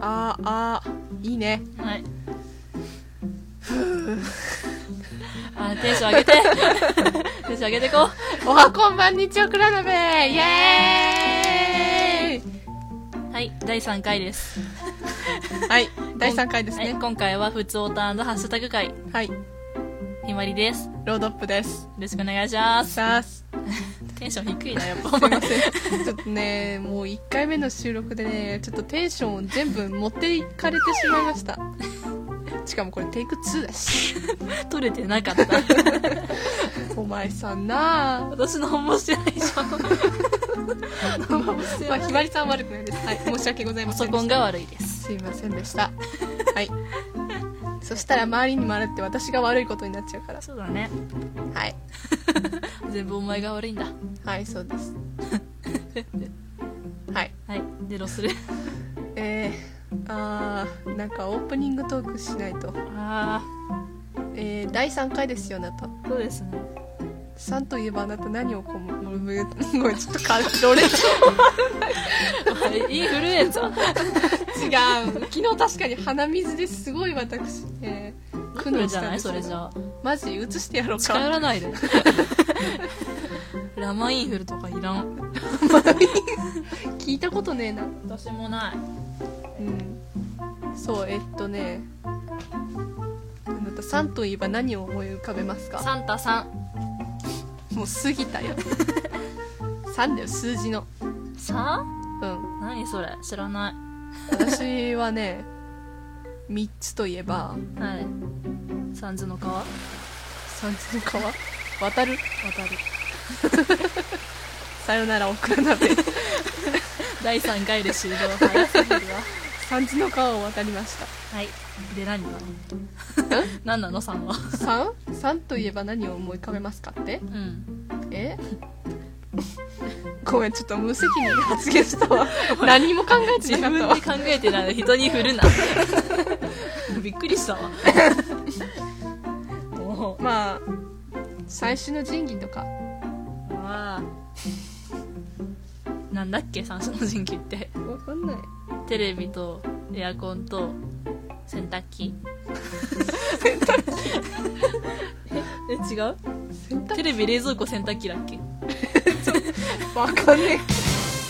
あーあーいいねはいあテンション上 げてテンション上げてこうおはこんばんにちはくらなべイエーイはい第3回ですはい第3回ですはいね今回は「ふつおたハッシュタグ会はいひまりですよロードアップですろしくお願いしますさあすテンション低いなやっぱいませんちょっとねもう1回目の収録でねちょっとテンションを全部持っていかれてしまいましたしかもこれテイク2だし取れてなかったお前さんなあ私の本もしてないじゃん何もして まあないひまりさんは悪くないですはい申し訳ございパませソんでコしンたが悪いですすいませんでしたはいそしたら周りにもらって私が悪いことになっちゃうからそうだねはい全部お前が悪いんだはいそうです はいはいでどうするえー、あーなんかオープニングトークしないとあえー、第3回ですよあなたあそうです ね3といえばあなた何をこむむむごめんちょっとかロレ違うインフルエンザ昨日確かに鼻水ですごい私、えー、苦来悩るんじしゃたんなでいすそけれどじゃあマジ映してやろう近寄からないで ラマインフルとかいらん 聞いたことねえな私もないうんそうえっとねあなたさんといえば何を思い浮かべますかサンタさんもう過ぎた よ3だよ数字のさうん何それ知らな私はね3つといえばいはいサンズの川渡三途の川渡るるさよならオクラ鍋第3回で終了早すぎるわ三途の川を渡りましたはいで何なの 何なのさんは 3? 3といえば何を思い浮かべますかってうんえごめんちょっと無責任に発言した わ何も考え自てな分かっでたわ考えてないの人に振るな びっくり したわもうまあ最初の仁義とかあーなんだっけ三種の神器ってわかんないテレビとエアコンと洗濯機洗濯機え違う洗 テレビ冷蔵庫洗濯機だっけわかんね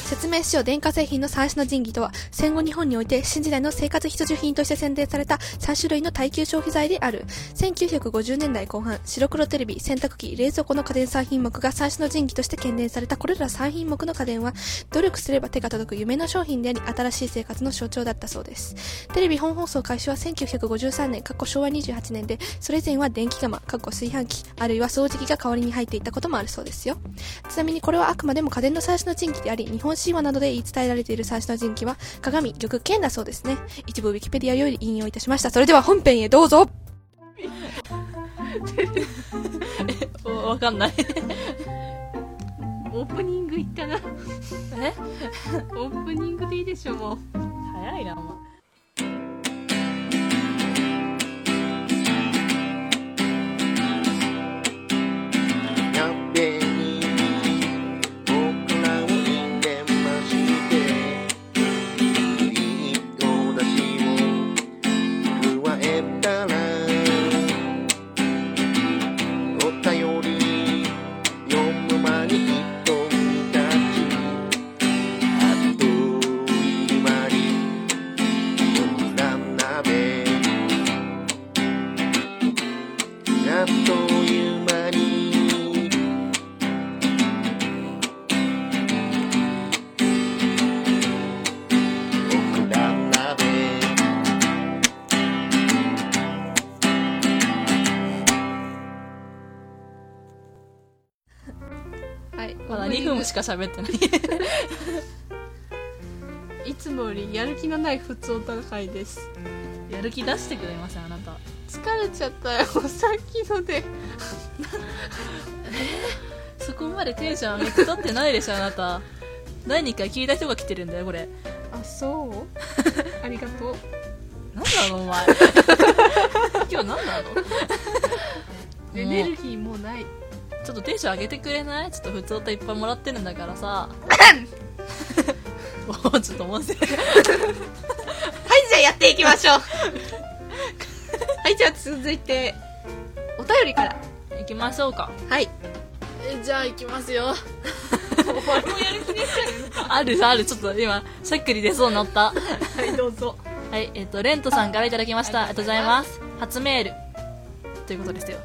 説明しよう電化製品の三種の神器とは戦後日本において新時代の生活必需品として宣伝された3種類の耐久消費財である1950年代後半白黒テレビ洗濯機冷蔵庫の家電3品目が三種の神器として懸念されたこれら3品目の家電は努力すれば手が届く夢の商品であり新しい生活の象徴だったそうですテレビ本放送開始は1953年過去昭和28年でそれ以前は電気釜過去炊飯器あるいは掃除機が代わりに入っていたこともあるそうですよちなみにこれはあくまでも家電の最初の珍奇であり、日本神話などで言い伝えられている最初の珍奇は、鏡、玉、剣だそうですね。一部ウィキペディアより引用いたしました。それでは本編へどうぞおわかんないオープニングいったなえオープニングでいいでしょもう早いなお前鍋に僕らを入れましていいお出汁を加えたらお便り読む間に一と立ちあっという間にこんな鍋あっという間に僕ら鍋はいまだ2分しか喋っ てないいつもよりやる気のない普通お高いですやる気出してくれませんあなた疲れちゃったよ さっきのでそこまでテンション上げてとってないでしょあなた第2回聞いた人が来てるんだよこれあそう ありがとう何なのお前今日何なのエネルギーもうないちょっとテンション上げてくれないちょっと普通歌いっぱいも らってるんだからさおーちょっと音声っていきましょうはいじゃあ続いてお便りから行きましょうかはいえじゃあ行きます よあるあるちょっと今しゃっくり出そうにな ったはいどうぞはい、えっ、と、レントさんからいただきました。ありがとうございます。初メール。ということですよ。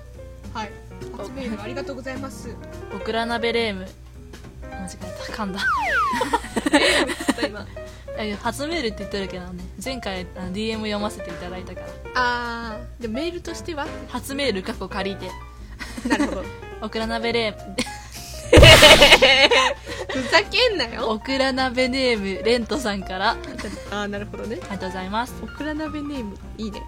はい初メールありがとうござい ますオクラ鍋レーム。間違えた。噛んだ。今え初メールって言ってるけどね、前回あの DM 読ませていただいたから。あーでメールとしては初メール過去借りて。なるほどオクラ鍋レーム、 ふざけんなよオクラ鍋ネーム、レントさんから。ありああなるほどねがとうございます。オクラ鍋ネームいいね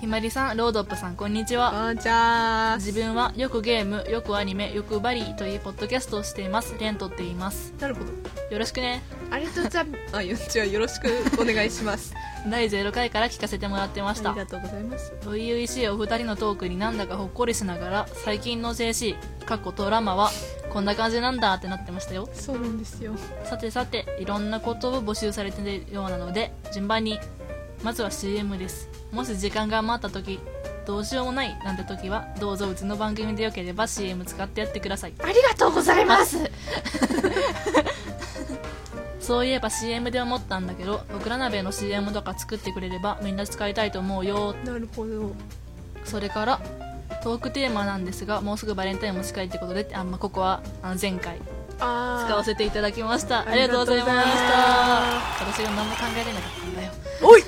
ひまりさん、ロードップさん、こんにちは。あーじゃあ自分はよくゲーム、よくアニメ、よくバリーというポッドキャストをしています。レントって言います。なるほどよろしくね。ありがとうございますあよじゃあよろしくお願いし ます第0回から聞かせてもらってましたあり。がとうございます初々しいお二人のトークになんだかほっこりしながら最近の JC かっこドラマはこんな感じなんだってなってましたよそうなんですよさてさていろんなことを募集されているようなので順番にまずは CM ですもし時間が余った時どうしようもないなんて時はどうぞうちの番組でよければ CM 使ってやってくださいありがとうございますそういえば CM で思ったんだけど僕ら鍋の CM とか作ってくれればみんな使いたいと思うよなるほどそれからトークテーマなんですがもうすぐバレンタインも近いってことであ、まあ、ここはあの前回あ使わせていただきましたあありりががととううごござざいいままししたた私が何も考えれなかったんだよ おい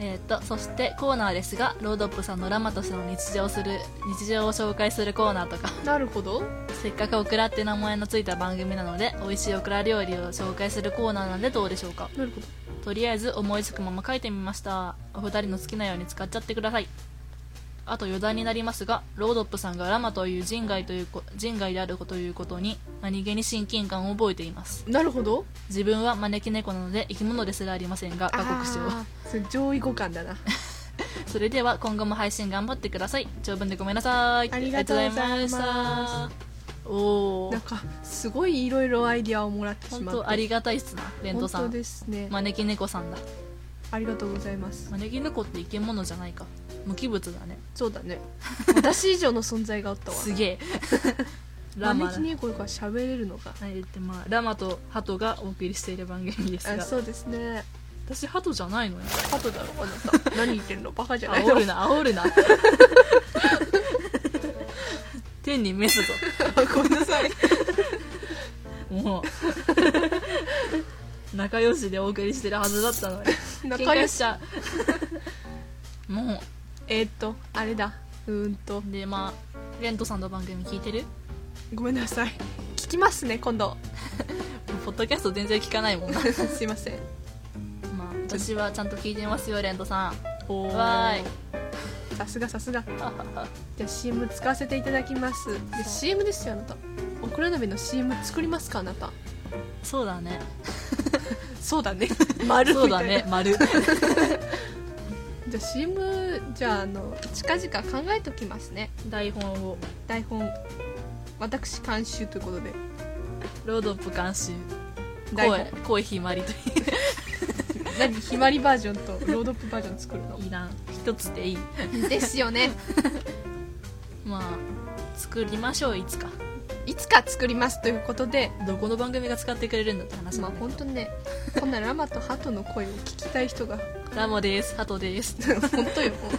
えーっとそしてコーナーですがロードップさんのラマとしての日常をする日常を紹介するコーナーとか なるほどせっかくオクラって名前のついた番組なので美味しいオクラ料理を紹介するコーナーなんでどうでしょうかなるほどとりあえず思いつくまま書いてみましたお二人の好きなように使っちゃってくださいあと余談になりますがロードップさんがラマという人外というこ人外であることということに何気に親近感を覚えていますなるほど自分は招き猫なので生き物ですらありませんが過酷症あーそれ上位互換だなそれでは今後も配信頑張ってください長文でごめんなさいありがとうございますありがとうございましたおおなんかすごいいろいろアイディアをもらってし本まって当ありがたいっすなレントさ本ん当ですね、招き猫さんだありがとうございます招き猫って生き物じゃないか無機物だねそうだね 私以上の存在があったわすげ えラマ招だき猫が喋れるのがはい、でまあ、ラマとハトがお送りしている番組ですあがそうですね私ハトじゃないのよハトだろあなた何言ってんのバカじゃない煽のるな煽 るな天に召すぞごめんなさいもう仲良しでお送りしてるはずだったのに 仲良し喧嘩しちゃう もえーっとあれだうーんとうでまあレントさんの番組聞いてるごめんなさい聞きますね今度 ポッドキャスト全然聞かないもんなすいませんまあ私はちゃんと聞いてますよレントさんおわーいさすがさすがじゃあ CM 使わせていただきますで CM ですよあなたオクラ鍋の CM 作りますかあなたそうだねそうだね 丸そうみだたいなね丸じゃあ CM じゃああの近々考えときますね 台本を台本私監修ということでロードップ監修台声本声ひまりとい何ひまりバージョンとロードアップバージョン作るのういらん一つでいいですよねまあ作りましょういつかいつか作りますということでどこの番組が使ってくれるんだって話まあなんだけ本ど当にねこんなラマとハトの声を聞きたい人が ラモですハトです本当よもう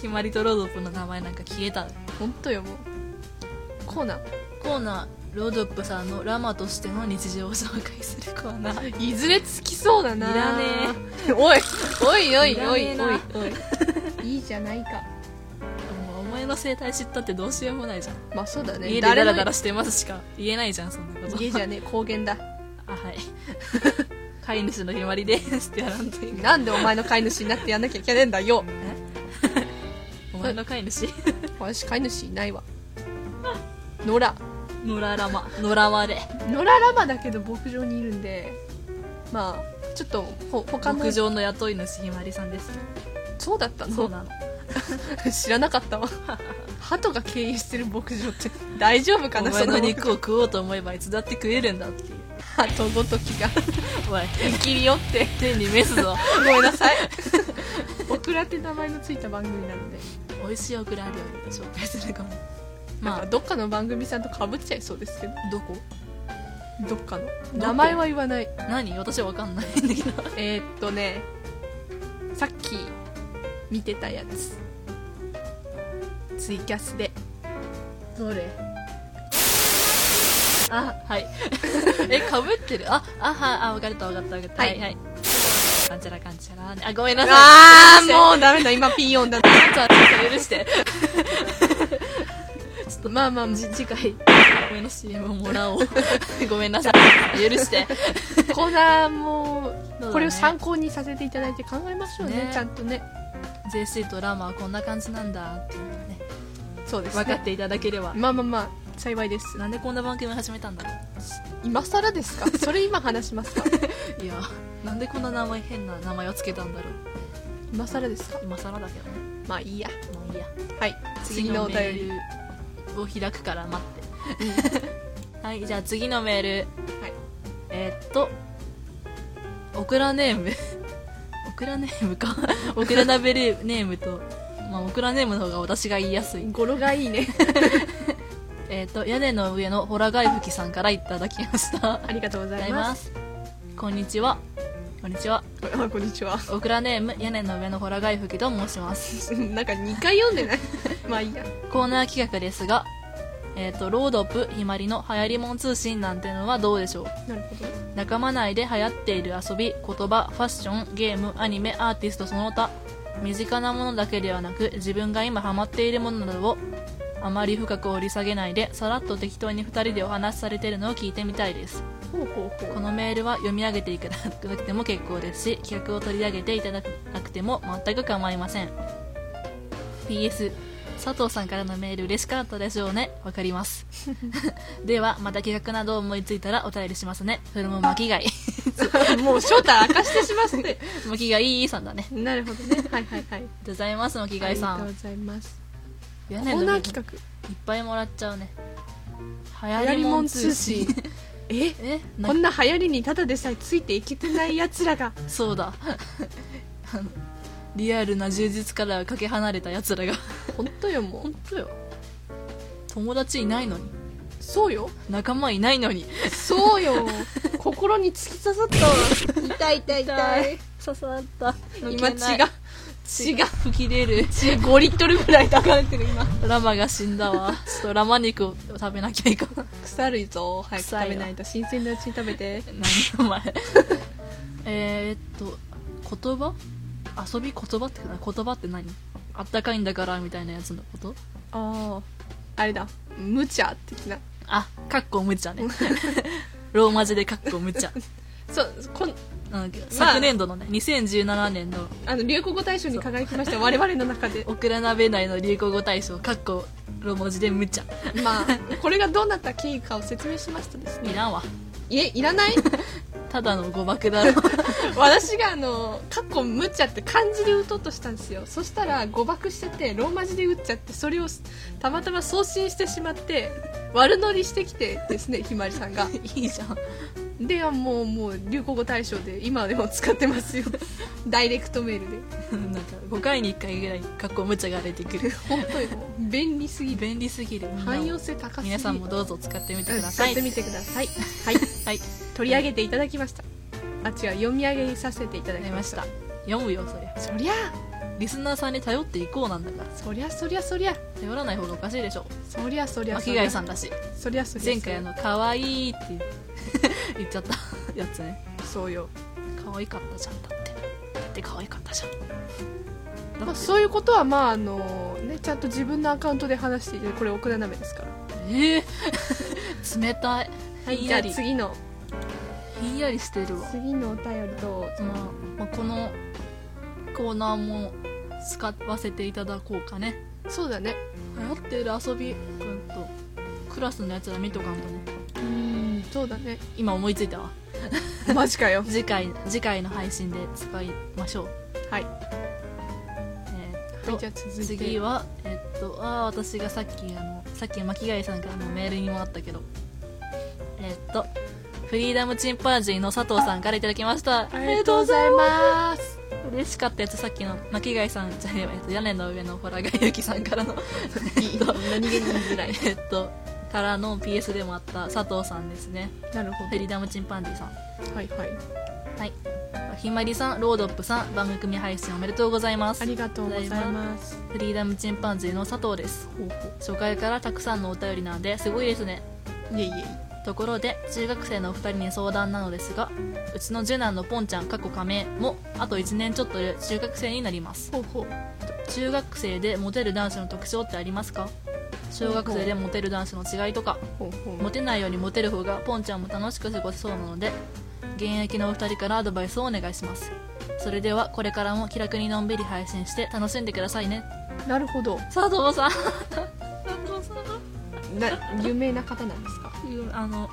ひまりとロードップの名前なんか消えた本当よもうコーナーコーナーロードップさんのラマとしての日常を紹介するコーナーいずれつきそうだないらねえおいおいおいいらおねえいなおいおいいいじゃないかもうお前の生態知ったってどうしようもないじゃん、まあそうだね家でダ誰ラもダラしてますしか言えないじゃんそんなこと家じゃねえ高原だあはい 飼い主のひまりですってやらんといいなんでお前の飼い主になってやんなきゃいけねえんだよお前の飼い主私飼い主いないわ野良 野良ラマ野良まで野良ラマだけど牧場にいるんでまあちょっとほ他の牧場の雇い主ひまりさんですそうだったそうのなの 知らなかったわ鳩が経営してる牧場って大丈夫か おな前そのの肉を食おうと思えばいつだって食えるんだっていうハートごときがお い切り寄って天に召すぞごめんなさいオクラって名前のついた番組なので 美味しいオクラ料理紹介するかもなんまかどっかの番組さんとかぶっちゃいそうですけどあどこどっかのこ名前は言わない何私は分かんないんだけどえー、っとねさっき見てたやつツイキャスでどれあはい えかぶってるああはあ分かった分かった分かったはいはいかんちゃらかんちゃらねあごめんなさいあーもうダメだ今ピーヨンだったちょっとちょっと許してまあまあまあじ次回上の CM をもらおう ごめんなさい許してコーナーもそうだねこれを参考にさせていただいて考えましょうねねちゃんとね JC とラーマはこんな感じなんだっていうのをねそうです分かっねていただければまあまあまあ幸いですなんでこんな番組始めたんだろ今更ですかそれ今話しますかういやなんでこんな名前変な名前をつけたんだろう今更ですか今更だけどねまあいいやまあいいやはい次のお便り次のメールを開くから待ってはいじゃあ次のメールはいえーっとオクラネーム オクラネー ムかオクラナベレネームとまあオクラネームの方が私が言いやすい語呂がいいねえーっと屋根の上のホラガイフキさんからいただきました ありがとうごござざいいまますすこんにちはこんにちはあこんにちはオクラネーム屋根の上のホラガイフキと申します なんか2回読んでない まあいいやコーナー企画ですが、えっ、と、ロードップひまりの流行りもん通信なんてのはどうでしょうなるほど仲間内で流行っている遊び、言葉、ファッション、ゲーム、アニメ、アーティストその他、身近なものだけではなく、自分が今ハマっているものなどを、あまり深く掘り下げないで、さらっと適当に2人でお話しされているのを聞いてみたいです。ほうほうほこのメールは読み上げていただかなくても結構ですし企画を取り上げていただかなくても全く構いません PS 佐藤さんからのメール嬉しかったでしょうねわかります ではまた企画など思いついたらお便りしますねそれも巻き貝う もう正体明かしてしまって巻き貝さんだねありが なるほどねはいはいはいとうございます巻きあ貝りさがとうんございますココーナー企いっぱいもらっちゃうね画流流行行りりももんん通通信信 ええなこんな流行りにただでさえついていけてないやつらがそうだ あのリアルな充実からはかけ離れたやつらが本当よもう本当よ友達いないのにそうよ仲間いないのにそうよ 心に突き刺さったわ痛い痛い痛い刺さった今血が血がが吹き出る血5リットルぐらい流れてる今ラマが死んだわちょっとラマ肉を食べなきゃいかない腐るぞ早く臭いわ食べないと新鮮なうちに食べて何お前 えーっと言葉遊び言葉って何言葉って何あったかいんだからみたいなやつのことあああれだ無茶的なあかっこむちゃね ローマ字でかっこむちゃそうこんなんだっけ昨年度のね2017年のあの流行語大賞に輝きました我々の中 でオクラ鍋内の流行語大賞かっこローマ字でむちゃまあこれがどうなった経緯かを説明しますとですいねらんわいえいらないただの誤爆だろ 私があの「かっこむちゃ」って漢字で打とうとしたんですよそしたら誤爆しててローマ字で打っちゃってそれをたまたま送信してしまって悪乗りしてきてですねひまりさんがいいじゃんではもうもう流行語大賞で今でも使ってますよダイレクトメールでなんか5回に1回ぐらいかっこむちゃが出て くる本当にもう便利すぎる便利すぎる汎用性高すぎる皆さんもどうぞ使ってみてく使ださっいてみてくださいはいはい取り上げていただきましたあ違う読み上げさせていただわかきりままししたた読むよそりゃそりゃリスナーさんに頼っていこうなんだからそりゃそりゃそりゃ頼らない方がおかしいでしょそりゃそりゃ巻貝さんだしそりゃそりゃ前回あの「かわいい」って 言っちゃったやつねそうよ、可愛かったじゃんだってだって可愛かったじゃんまあ、そういうことはまああのねちゃんと自分のアカウントで話していてこれ奥田鍋ですからええ冷たいひじんゃやあり次のひんやりしてるわ次のお便りとまあまあ、このコーナーも使わせていただこうかねそうだね流行っている遊びうんとクラスのやつら見とかんとねうんそうだね今思いついたわマジかよ次回次回の配信で使いましょう はいえーっとはいじゃあ続いて次はえっとあー私がさっきあのさっき巻貝さんからのメールにもあったけどえっとフリーダムチンパンジーの佐藤さんからいただきましたありがとうござい ます嬉しかったやつさっきの巻貝さんじゃねえわえっと屋根の上のホラガユキさんからのえっと何気に言いづらい えっとからの PS でもあった佐藤さんですねなるほフリーダムチンパンジーさんどはいはいはいひまりさんロードップさん番組配信おめでとうございますありがとうございますフリーダムチンパンジーの佐藤ですほうほ初回からたくさんのお便りなんですごいですねういえいえいところで中学生のお二人に相談なのですがうちの次男のポンちゃん過去仮名もあと1年ちょっとで中学生になりますほうほう中学生でモテる男子の特徴ってありますか小学生でモテる男子の違いとかほうほうモテないようにモテる方がポンちゃんも楽しく過ごせそうなので現役のお二人からアドバイスをお願いしますそれではこれからも気楽にのんびり配信して楽しんでくださいねなるほど佐藤さん佐藤さん な有名な方なんですかうんあの、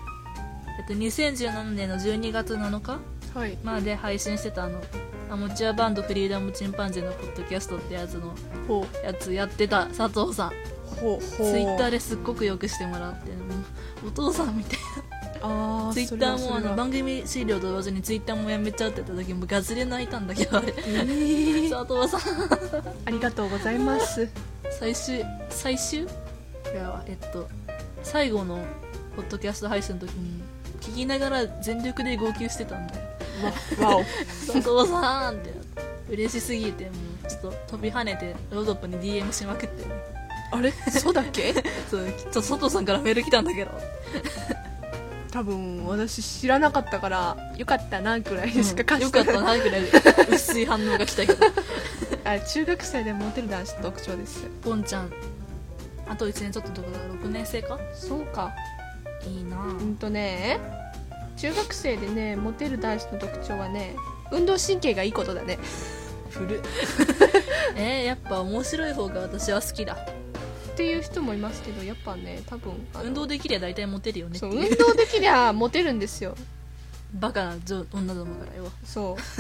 えっと、2017年の12月7日はいまで配信してたあのアマチュアバンドフリーダムチンパンジーのポッドキャストってやつのほやつやってた佐藤さんうほうほうツイッターでですっごくよくしてもらってもうお父さんみたいあなあツイッターもあの番番組終了と同時にツイッターもやめちゃうって言った時もガズで泣いたんだけどあれえー佐藤さんありがとうございます最終最終いやえっと最後のポッドキャスト配信の時に聞きながら全力で号泣してたんだよわわお佐藤さんって嬉しすぎてもうちょっと飛び跳ねてロードップに DM しまくってねあれそうだっけそうちょっと佐藤さんからメール来たんだけど多分私知らなかったからよかったなくらいしか貸よしかてっない、たなぐらいで薄い反応が来たけどあ中学生でモテる男子の特徴ですポンちゃんあと1年ちょっととかだから6年生かそうかいいなうぁんとね中学生でねモテる男子の特徴はね運動神経がいいことだね古っ えー、やっぱ面白い方が私は好きだっていう人もいますけどやっぱね多分あの運動できりゃ大体モテるよねってそうい運う動できりゃ モテるんですよバカな女女どもからよそう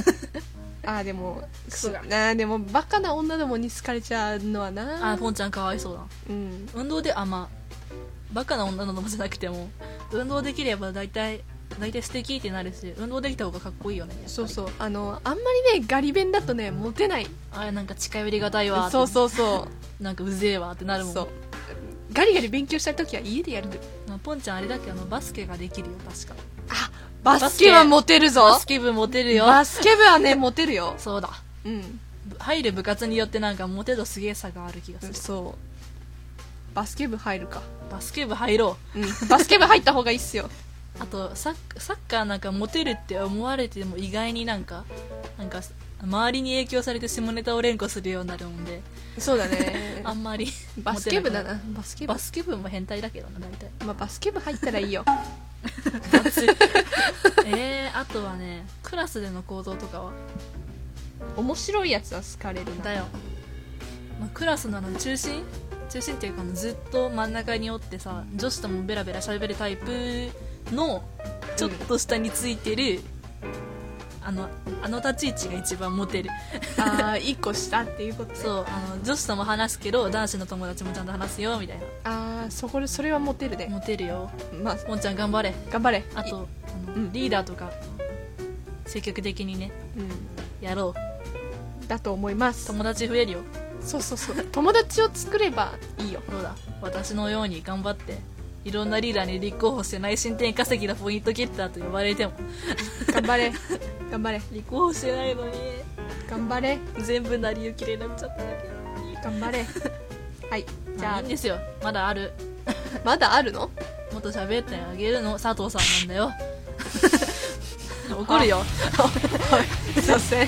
あーでもソがあーでもバカな女どもに好かれちゃうのはなあーポンちゃんかわいそうだうん運動であまあバカな女の子じゃなくても運動できれば大体大体素敵ってなるし運動できた方がかっこいいよねそうそうあのあんまりねガリ弁だとねモテないあーなんか近寄りがたいわってそうそうそうなんかうぜえわってなるもんそうガリガリ勉強したい時は家でやるまあポンちゃんあれだけどあのバスケができるよ確かバスケはモテるバスケ部モテるよバスケ部はねモテるよそうだうん入る部活によってなんかモテ度すげえ差がある気がするそうバスケ部入るかバスケ部入ろううんバスケ部入った方がいいっすよあとサッサッカーなんかモテるって思われても意外になんかなんか周りに影響されて下ネタを連呼するようになるもんでそうだね あんまりバスケ部だモテくるなバスケ部バスケ部も変態だけどな大体まあ、バスケ部入ったらいいよ えー、あとはねクラスでの行動とかは面白いやつは好かれるなだよ、まあクラスのあの中心中心っていうかあのずっと真ん中におってさ女子ともベラベラ喋るタイプのちょっと下についてる、あのあの立ち位置が一番モテるああ1個したっていうことそうあの女子とも話すけど男子の友達もちゃんと話すよみたいああそこでそれはモテるなねモテるよまあもんちゃん頑張れ頑張れあいとあの、うんリーダーとか積極的にねうんやろうだと思います友達増えるよそうそうそう 友達を作ればいいよどうだ私のように頑張っていろんなリーダーに立候補して内申点稼ぎのポイントゲッターと呼ばれても頑張れ 頑張れ立候補してないのに頑張れ全部成り行きでなっちゃっただけなのに頑張れはいじじゃあゃいいんですよまだあるあまだあるのもっと喋ってあげるの佐藤さ んなんだよ怒るよ すいません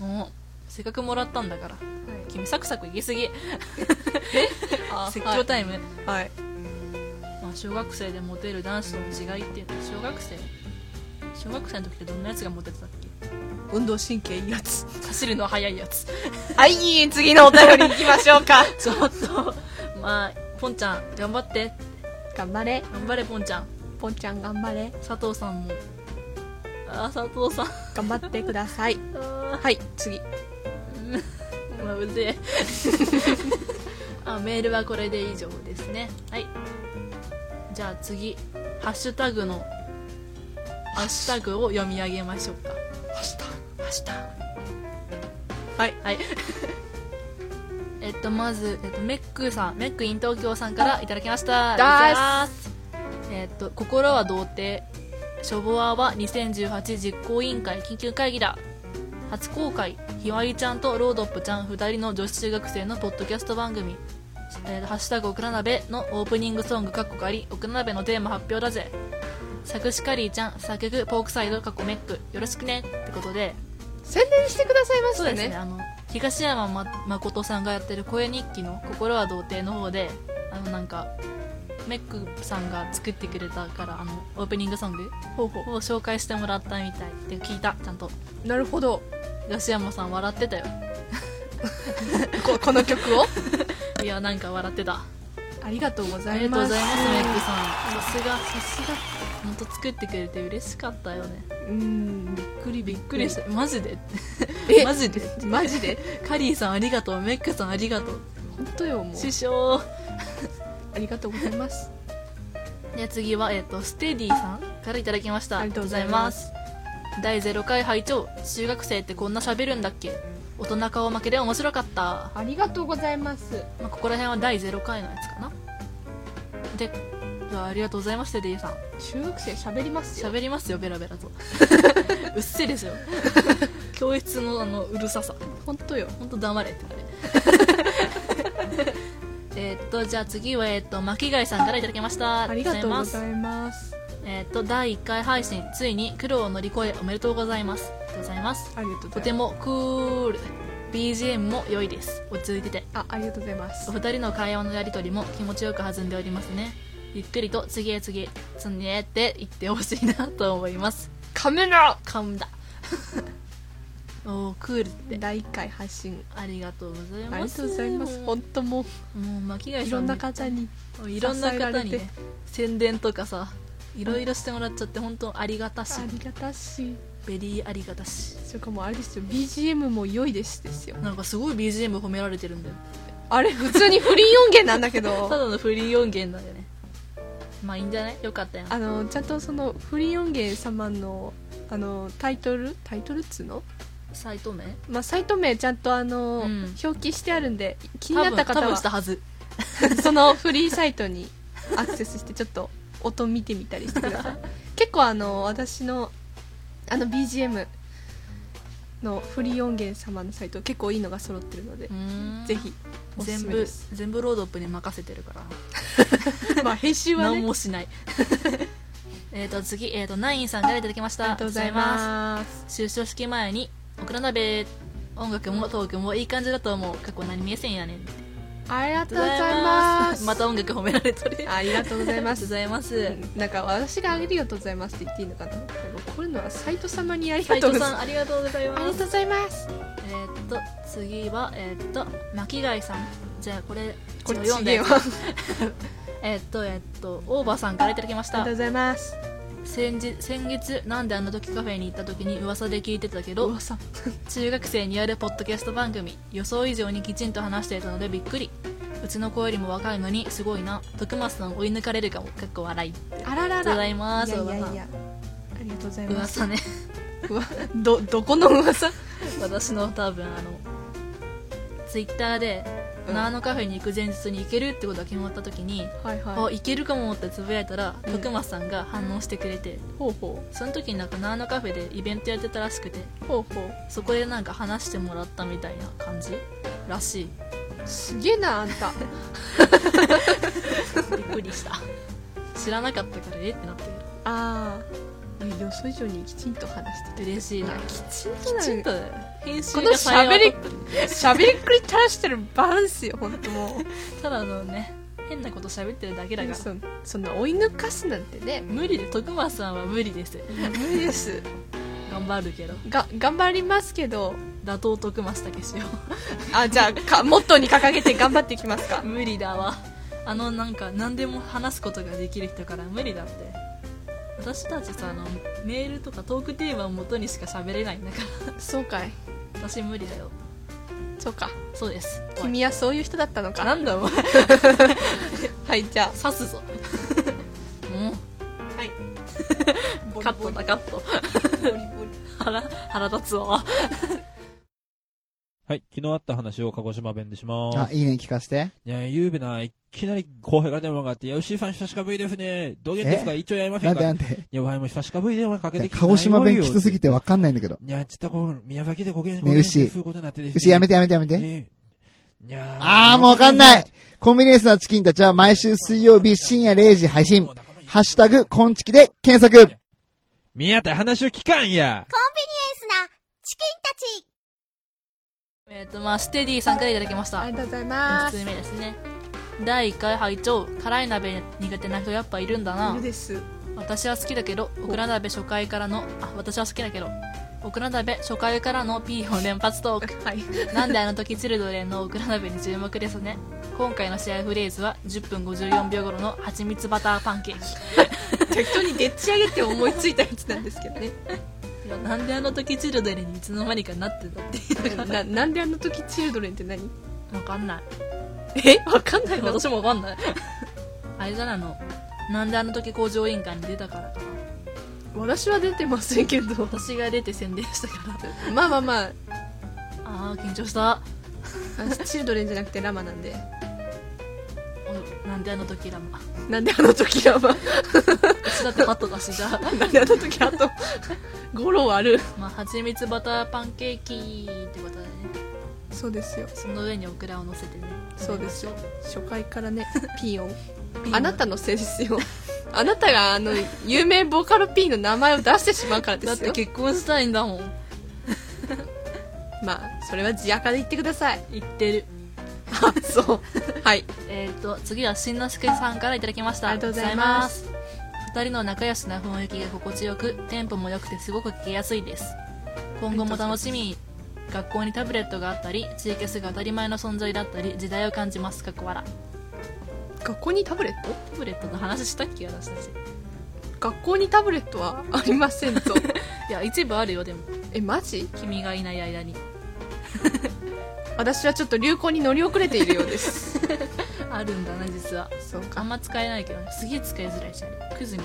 もうせっかくもらったんだから君サクサクいきすぎあ説教タイム、はい、はいまあ、小学生でモテる男子との違いっていうのは小学生小学生の時ってどんなやつがモテてたっけ運動神経いいやつ走るの速いやつ はい次のお便り行きましょうかちょっと、まあ、ポンちゃん、頑張って。 頑張れ頑張れ、ポンちゃん。ぽんちゃん頑張れ佐藤さんも。あー、佐藤さん。頑張ってくださ いあはい次ーまあ、うぜえ。 あ、メールはこれで以上ですね。はい。じゃあ次、ハッシュタグのハッシュタグを読み上げましょうかハッシュタグハッシュタグはいはい えっとまず、えっと、メックさんメックイン東京さんからいただきましただすえっと心は童貞ショボアは2018実行委員会緊急会議だ初公開ひわりちゃんとロードップちゃん2人の女子中学生のポッドキャスト番組「えーハッシュタグオクラ鍋」のオープニングソングかっこかりオクラ鍋のテーマ発表だぜ作詞カリーちゃん作曲ポークサイドかっこメックよろしくねってことで宣伝してくださいましそうたですねねあの東山ま誠さんがやってる「声日記」の「心は童貞」の方であのなんかメックさんが作ってくれたからあのオープニングソングほうほを紹介してもらったみたいって聞いたちゃんとうなるほど吉山さん笑ってたよこ この曲をいやなんか笑ってたありがとうござありいがとまうごすざいますメックさんさすがさすが本当作ってくれて嬉しかったよねうんびっくりびっびっくりしたマジでえマジでマジでカリーさんありがとうメックさんありがとう本当よもう師匠ありがとうございますで次は、えっとステディさんからいただきましたありがとうございまありがとうございます第0回拝聴中学生ってこんな喋るんだっけ大人顔負けで面白かった、まありがとうございますあ、ここら辺は第0回のやつかなでじゃあありがとうございますステディさん中学生喋りますよ喋りますよベラベラと うっせえですよ 教室のあのうるささ本当よ本当黙れってあれ えっとじゃあ次はえっと巻貝さんからいただきましたありがとうごありがとうございざいますますえっと第1回配信ついに苦労を乗り越えおめでとうございますありがとうございますありがとうごとざていますもクール BGM も良いです落ち着いててあありがとうございますお二人の会話のやりとりも気持ちよく弾んでおりますねゆっくりと次へ次へ次へって言ってほしいなと思いますカメラ噛んだ おークールって第1回発信ありがとうございますありがとうございますも本当もううもう巻貝さんいろんな方にもういろんな方支にえられてね宣伝とかさいろいろしてもらっちゃって本当ありがたしありがたしベリーありがたしそれかもうあれですよ BGM も良いですですよなんかすごい BGM 褒められてるんだよあれ普通にフリー音源なんだけ たどだのフリー音源なんだよねまあいいんじゃないよかったよあのちゃんとそのフリー音源様のあのタイトルタイトルっつうの、サイト名まあ、サイト名ちゃんとあの、うん表記してあるんで気になった多方分多分はしたはず そのフリーサイトにアクセスしてちょっと音見てみたりしてくださ い結構あの私のあの BGM のフリー音源様のサイト結構いいのが揃ってるのでう、ーんぜひおす全すめ部です 全部ロードップに任せてるからまあ編集はね何もしない えっと次、えー、とナインさんからいただきましたありがとうございます。出所式前に「オクラ鍋音楽もトークもいい感じだと思う過去何目線やねん」ありがとうございま。ますまた音楽褒められとるありがとうございあまりがとうごす。ざいますなんか私がありがとうございますって言っていいのかな。なんかこういうのはサイト様にありが斉とうご藤ざいさんます。ありがとうございありまがとすうございます。えーっと次はえーっと巻貝さんじゃあこれこれちょっちとげえわ。ありえーっとえーっとオーバーさんからいただきましがたとうございます。先日先月なんであの時カフェに行った時に噂で聞いてたけど噂。中学生にやるポッドキャスト番組予想以上にきちんと話していたのでびっくりうちの子よりも若いのにすごいな徳松さん追い抜かれるかもかっこ笑いあらあらりがとうら。ございますや大いやい場さんや。ありがとうございます。 噂ねうわどどこの噂？私の多分あのツイッターで「うんナーノカフェに行く前日に行ける」ってことが決まった時に「はいあはい。行けるかも」ってつぶやいたらうん徳松さんが反応してくれてほうほその時になんかナーノカフェでイベントやってたらしくてうほうほう。そこでなんか話してもらったみたいな感じらしいすげえなあんた。びっくりした知らなかったからえってなって ああ。いや予想以上にきちんと話してて。る嬉しいなきちんときなちんと編集このが幸喋いりだったね喋りっくり垂らしてるバランスよ本当もう。ただのね変なこと喋ってるだけだからそそんな追い抜かすなんてね無理で徳松さんは無理です無理です頑張るけどが頑張りますけど打倒徳松たけしをあじゃあかモットーに掲げて頑張っていきますか無理だわあのなんか何でも話すことができる人から無理だって私たちさあのメールとかトークテーマを元にしか喋れないんだか そうかいら 私無理だよそうかそうですおい君はそういう人だったのかなんだお前はいじゃ刺すぞ もう あはいカットだカット腹腹立つわはい、昨日あった話を鹿児島弁でしまあー、す。いいね、聞かせて。いや、ゆうべな、いきなり後輩から電話があって、いや、牛井さん久しぶりですね。どげんですか一応やりませなんんでなかんで。いや、わいも久しぶりで電話かけてきて鹿児島弁きつすぎて。てわかんないんだけど。いや、ちったこ、宮崎でごげん、ねごげん牛そういうことになってですね牛やめてやめてやめて。ええいやあー、もうわかんない。コンビニエンスなチキンたちは毎週水曜日深夜0時配信。ハッシュタグ、コンチキで検索。宮田話を聞かんや。スなチキンたちえっ、とまあステディさんからいただきましたありがとうござい1ます通目ですね第1回拝聴辛い鍋苦手な人やっぱいるんだいなるです私は好きだけどオクラ鍋初回からのあ私は好きだけどオクラ鍋初回からの P を連発 トークはいなんであの時チルドレンのオクラ鍋に注目ですね今回の試合フレーズは10分54秒頃の蜂蜜バターパンケーキ 適当にでっち上げて思いついたやつなんですけどねいやなんであの時チルドレンにいつの間にかなってたっていうのが ななんであの時チルドレンって何分かんないえわかんないの 私も分かんない あれだなあのなんであの時工場委員会に出たからかな 私は出てませんけど私が出て宣伝したか らまあまあまああー緊張した私チルドレンじゃなくてラマなんでおなんであの時ラマなんであの時ラマ私だってパットだしじゃあなんであの時あ とゴロあるまあ蜂蜜バターパンケーキってことでねそうですよその上にオクラを乗せてねそうですよ初回からね ピーヨンンあなたのせいですよ あなたがあの有名ボーカル P の名前を出してしまうからでだっすてよ結婚したいんだもんまあそれは地垢で言ってください言ってるあ そうはいえっ、と次はしんのすけさんからいただきましたありがとうございますありがとうございます二人の仲良しな雰囲気が心地よくテンポも良くてすごく聞きやすいです今後も楽しみ学校にタブレットがあったりツイキャスが当たり前の存在だったり時代を感じますかっこ笑学校にタブレットタブレットの話したっけ私たち学校にタブレットはありません といや一部あるよでもえマジ君がいない間に私はちょっと流行に乗り遅れているようですあるんだな実は そうあかんま使えないけどねすげえ使いづらいしねクズみた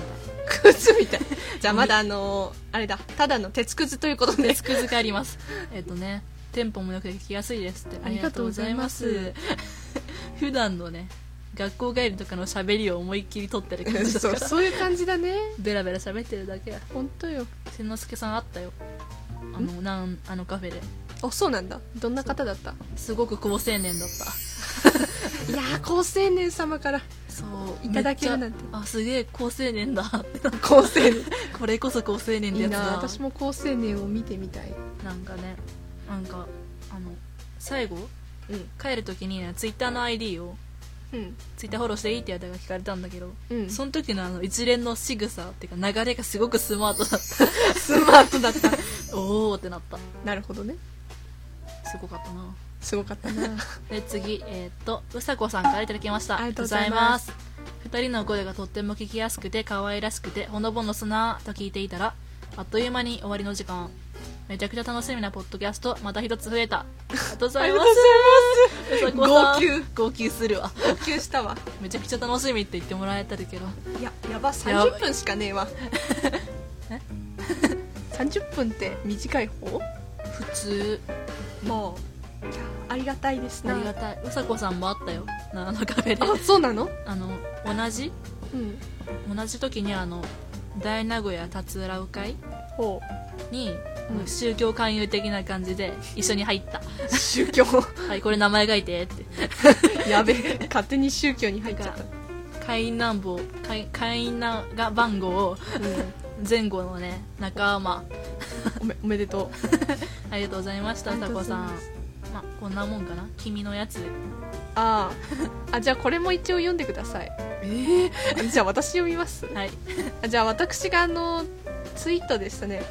クいズみた いじゃあまだあのーあれだただの鉄くずということでつくづくあ りますえっとねテンポもよくて聞きやすいですってありがとうございますありがとうございます普段のね学校帰りとかの喋りを思いっきり取ってる感じ だそかうらそういう感じだねベラベラ喋ってるだけや本当よ千之助さんあったよあのなんあのカフェであそうなんだどんな方だったすごく好青年だったいやー高青年様からそういただけるなんてめっちゃあすげえ好青年だ 高青年これこそ好青年っいていやつだな私も高青年を見てみたいなんかねなんかあの最後、うん帰る時にねツイッターの ID をうんツイッターフォローしていいってやつが聞かれたんだけど、うんその時のあの一連の仕草っていうか流れがすごくスマートだっスマートだったた おおってなったなるほどねすごかったなすごかったなで次えーっとうさこさんからいただきましたありがとうございますありがとうございます二人の声がとっても聞きやすくて可愛らしくてほのぼのすなーと聞いていたらあっという間に終わりの時間めちゃくちゃ楽しみなポッドキャストまた一つ増えたありがとうございますうさこさん号泣号泣するわ呼吸したわめちゃくちゃ楽しみって言ってもらえたけどいややばやば30分しかねえわ30分って短い方普通もういやありがたいですあなりがたいうさこさん もあったよ長野カフェであそうなのあの同じうん同じ時にあの大名古屋達浦会ほに、うん宗教勧誘的な感じで一緒に入 ったう宗教はいこれ名前書いてってやべえ勝手に宗教に入っちゃっ会員ナンバー会会員なが番号をた、うん、前後のね仲間おめおめでとうありがとうございましたありさがとうこござさいんますまあこんなもんかな君のやつあ ああじゃあこれも一応読んでくださいええじゃあ私読みます はいあじゃあ私があのツイートでしたね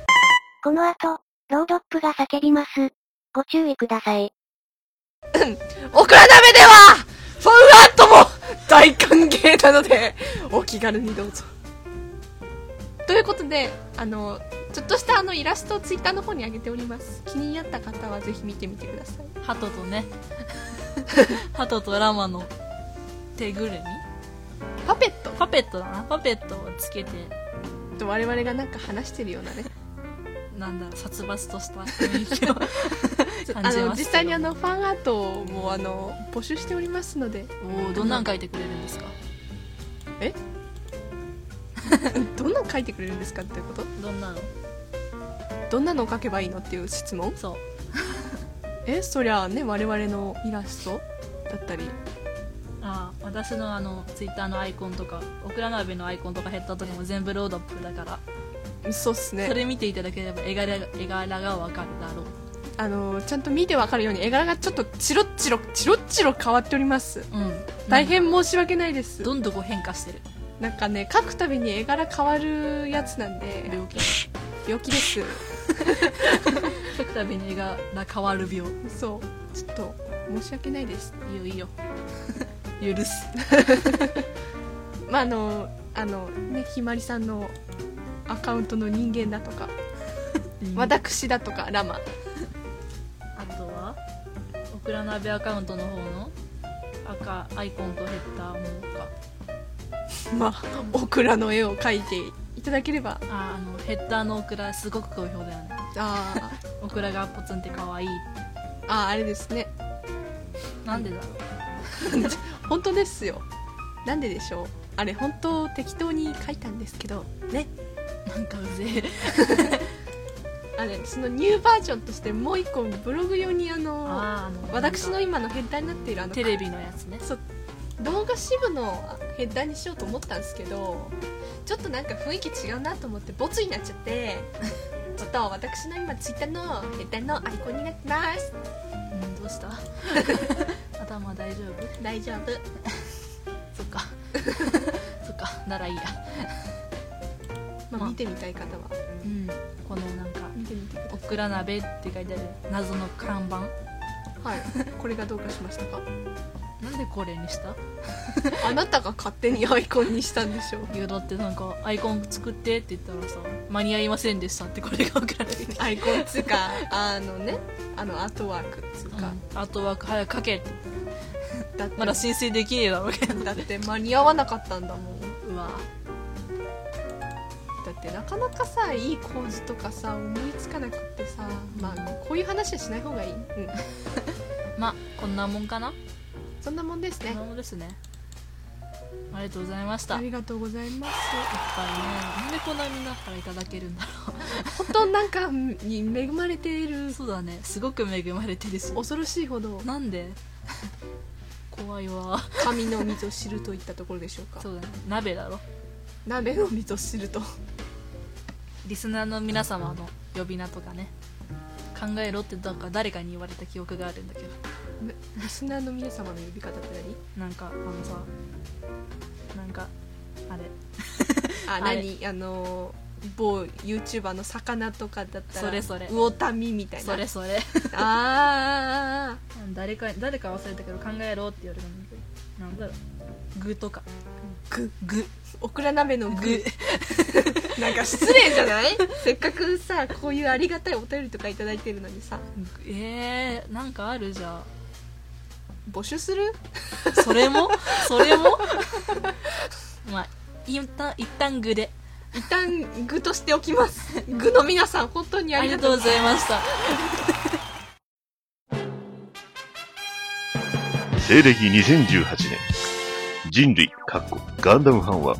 この後、ロードップが叫びます。ご注意ください。オクラ鍋ではファンアートも大歓迎なのでお気軽にどうぞということであのちょっとしたあのイラストをツイッターの方に上げております気になった方はぜひ見てみてください鳩とね 鳩とラマの手ぐるみパペットパペットだなパペットをつけてと我々がなんか話してるようなねなんだ殺伐とした雰囲 気を感あじのま実す際にあのファンアートもあの募集しておりますのでおおどんなん書いてくれるんですかどんなの書いてくれるんですかっていうことどんなのどんなのを書けばいいのっていう質問そうえそりゃあね我々のイラストだったりああ私のあのツイッターのアイコンとかオクラ鍋のアイコンとかヘッドとかも全部ロードップだからそうっすそねれ見ていただければ絵柄絵柄がわかるだろうあのちゃんと見てわかるように絵柄がちょっとチロッチロチロッチロ変わっておりますうん大変申し訳ないです、どんどこ変化してるなんかね描くたびに絵柄変わるやつなんで病気 病気です書くたびに絵柄変わる病そうちょっと申し訳ないですいいよいいよ許すまああのあのねひまりさんのアカウントの人間だとか私だとかラマあとはオクラ鍋アカウントの方の赤アイコンとヘッダーもかまあオクラの絵を描いていただければああのヘッダーのオクラすごく好評だよねあーオクラがポツンって可愛いあーあれですねなんでだろう本当ですよなんででしょうあれ本当適当に描いたんですけどねなんかうぜえあれそのニューバージョンとしてもう一個ブログ用にあのあの私のなんか今のヘッダーになっているあのテレビのやつね動画支部のヘッダーにしようと思ったんですけどちょっとなんか雰囲気違うなと思ってボツになっちゃってちょっと私の今ツイッターのヘッダーのアイコンになってますうんどうした 頭大丈夫大丈夫そっ かそっかならいいやままああ見てみたい方はうんこのなんか見てみてくだオクラ鍋って書いてある謎の看板さいはいこれがどうかしましたかなんでこれにしたあなたが勝手にアイコンにしたんでしょういやだってなんかアイコン作ってって言ったらさ間に合いませんでしたってこれが送られてきてアイコンつうか あのねあのアートワークつうか、アートワーク早く書けってだってまだ申請できねえだろうけどだって間に合わなかったんだもんうわだってなかなかさいい構図とかさ思いつかなくってさまあこういう話はしない方がいい、うん、まあこんなもんかなそんなもんですこんねなもんですねありがとうございましたあいっりがとうございますぱいねなんでこんなみんなからいただけるんだろ本当なんかに恵まれていうるそうだねすごく恵まれてるし恐ろしいほどなんで 怖いわ神の水を知るといったところでしょうかそうだね鍋だろ鍋の水を知るとリスナーの皆様の呼び名とかね考えろってなんか誰かに言われた記憶があるんだけどリスナーの皆様の呼び方ってなんかあのさなんかあれ何ああれ何あの某 YouTuber の魚とかだったらそれそれ魚民みたいなそれそれ あー 誰か誰か忘れたけど考えろって言われたんだけどなんだろう具とか具具オクラ鍋の具具 なんか失礼じゃ ないせっかくさこういうありがたいお便りとか頂いただいてるのにさえー、なんかあるじゃん募集するそれ もそれもまあ一旦一旦具で一旦具としておきます具の皆さん本当にあありりががとうとうございました西暦2018年、人類、かっこガンダムファンは、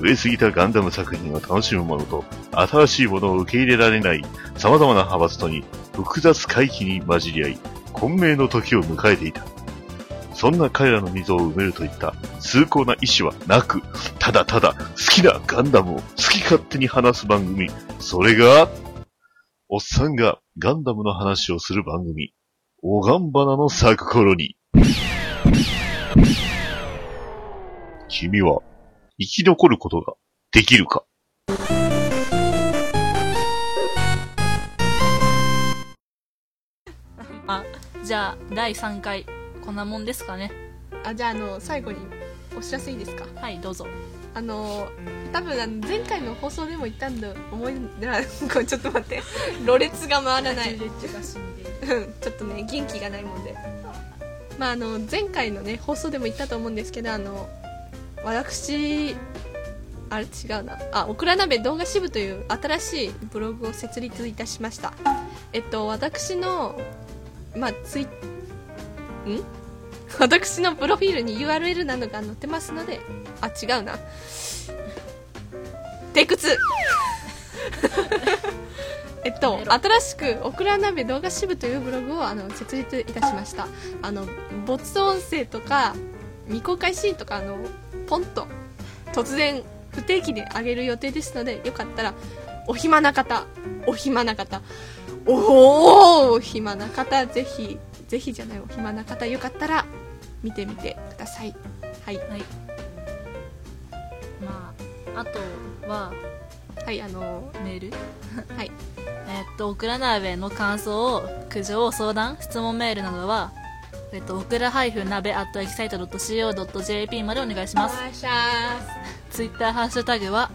増えすぎたガンダム作品を楽しむものと、新しいものを受け入れられない様々な派閥とに、複雑回帰に混じり合い、混迷の時を迎えていた。そんな彼らの溝を埋めるといった崇高な意志はなく、ただただ好きなガンダムを好き勝手に話す番組、それが、おっさんがガンダムの話をする番組、おがんばなの咲く頃に、君は生き残ることができるかあじゃあ第3回こんなもんですかねあじゃああの最後にお知らせいいですかはいどうぞあの多分あの前回の放送でも言ったんだ思い出 これちょっと待ってろれつが回らないうんちょっとね元気がないもんでまああの前回のね放送でも言ったと思うんですけどあの私あれ違うなあオクラ鍋動画支部という新しいブログを設立いたしましたえっと私のまあツイん私のプロフィールに URL などが載ってますのであ違うなテイク2 えっと新しくオクラ鍋動画支部というブログをあの設立いたしましたあの没音声とか未公開シーンとかあのポンと突然不定期で上げる予定ですのでよかったらお暇な方お暇な方おーお暇な方ぜひぜひじゃないお暇な方よかったら見てみてくださいはいまああとははいあのメールはいえっとオクラ鍋の感想を苦情相談質問メールなどはえっとオクラ鍋 at エキサイト .co.jp までお願いしますシャーツイッターハッシュタグは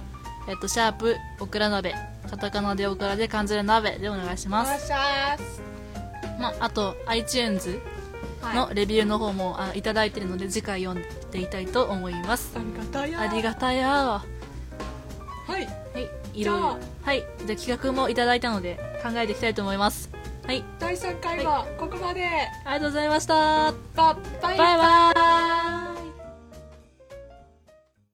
えっとシャープオクラ鍋カタカナでオクラで漢字で鍋でお願いしますシャーまあ、あと iTunes のレビューの方も、あい、ただいてるので次回読んでいたいと思いますありがたやありがたやーははいいいろいろはいじゃあ企画もいただいたので考えていきたいと思いますはい第3回はここまで、ありがとうございましたバッバイバイバイ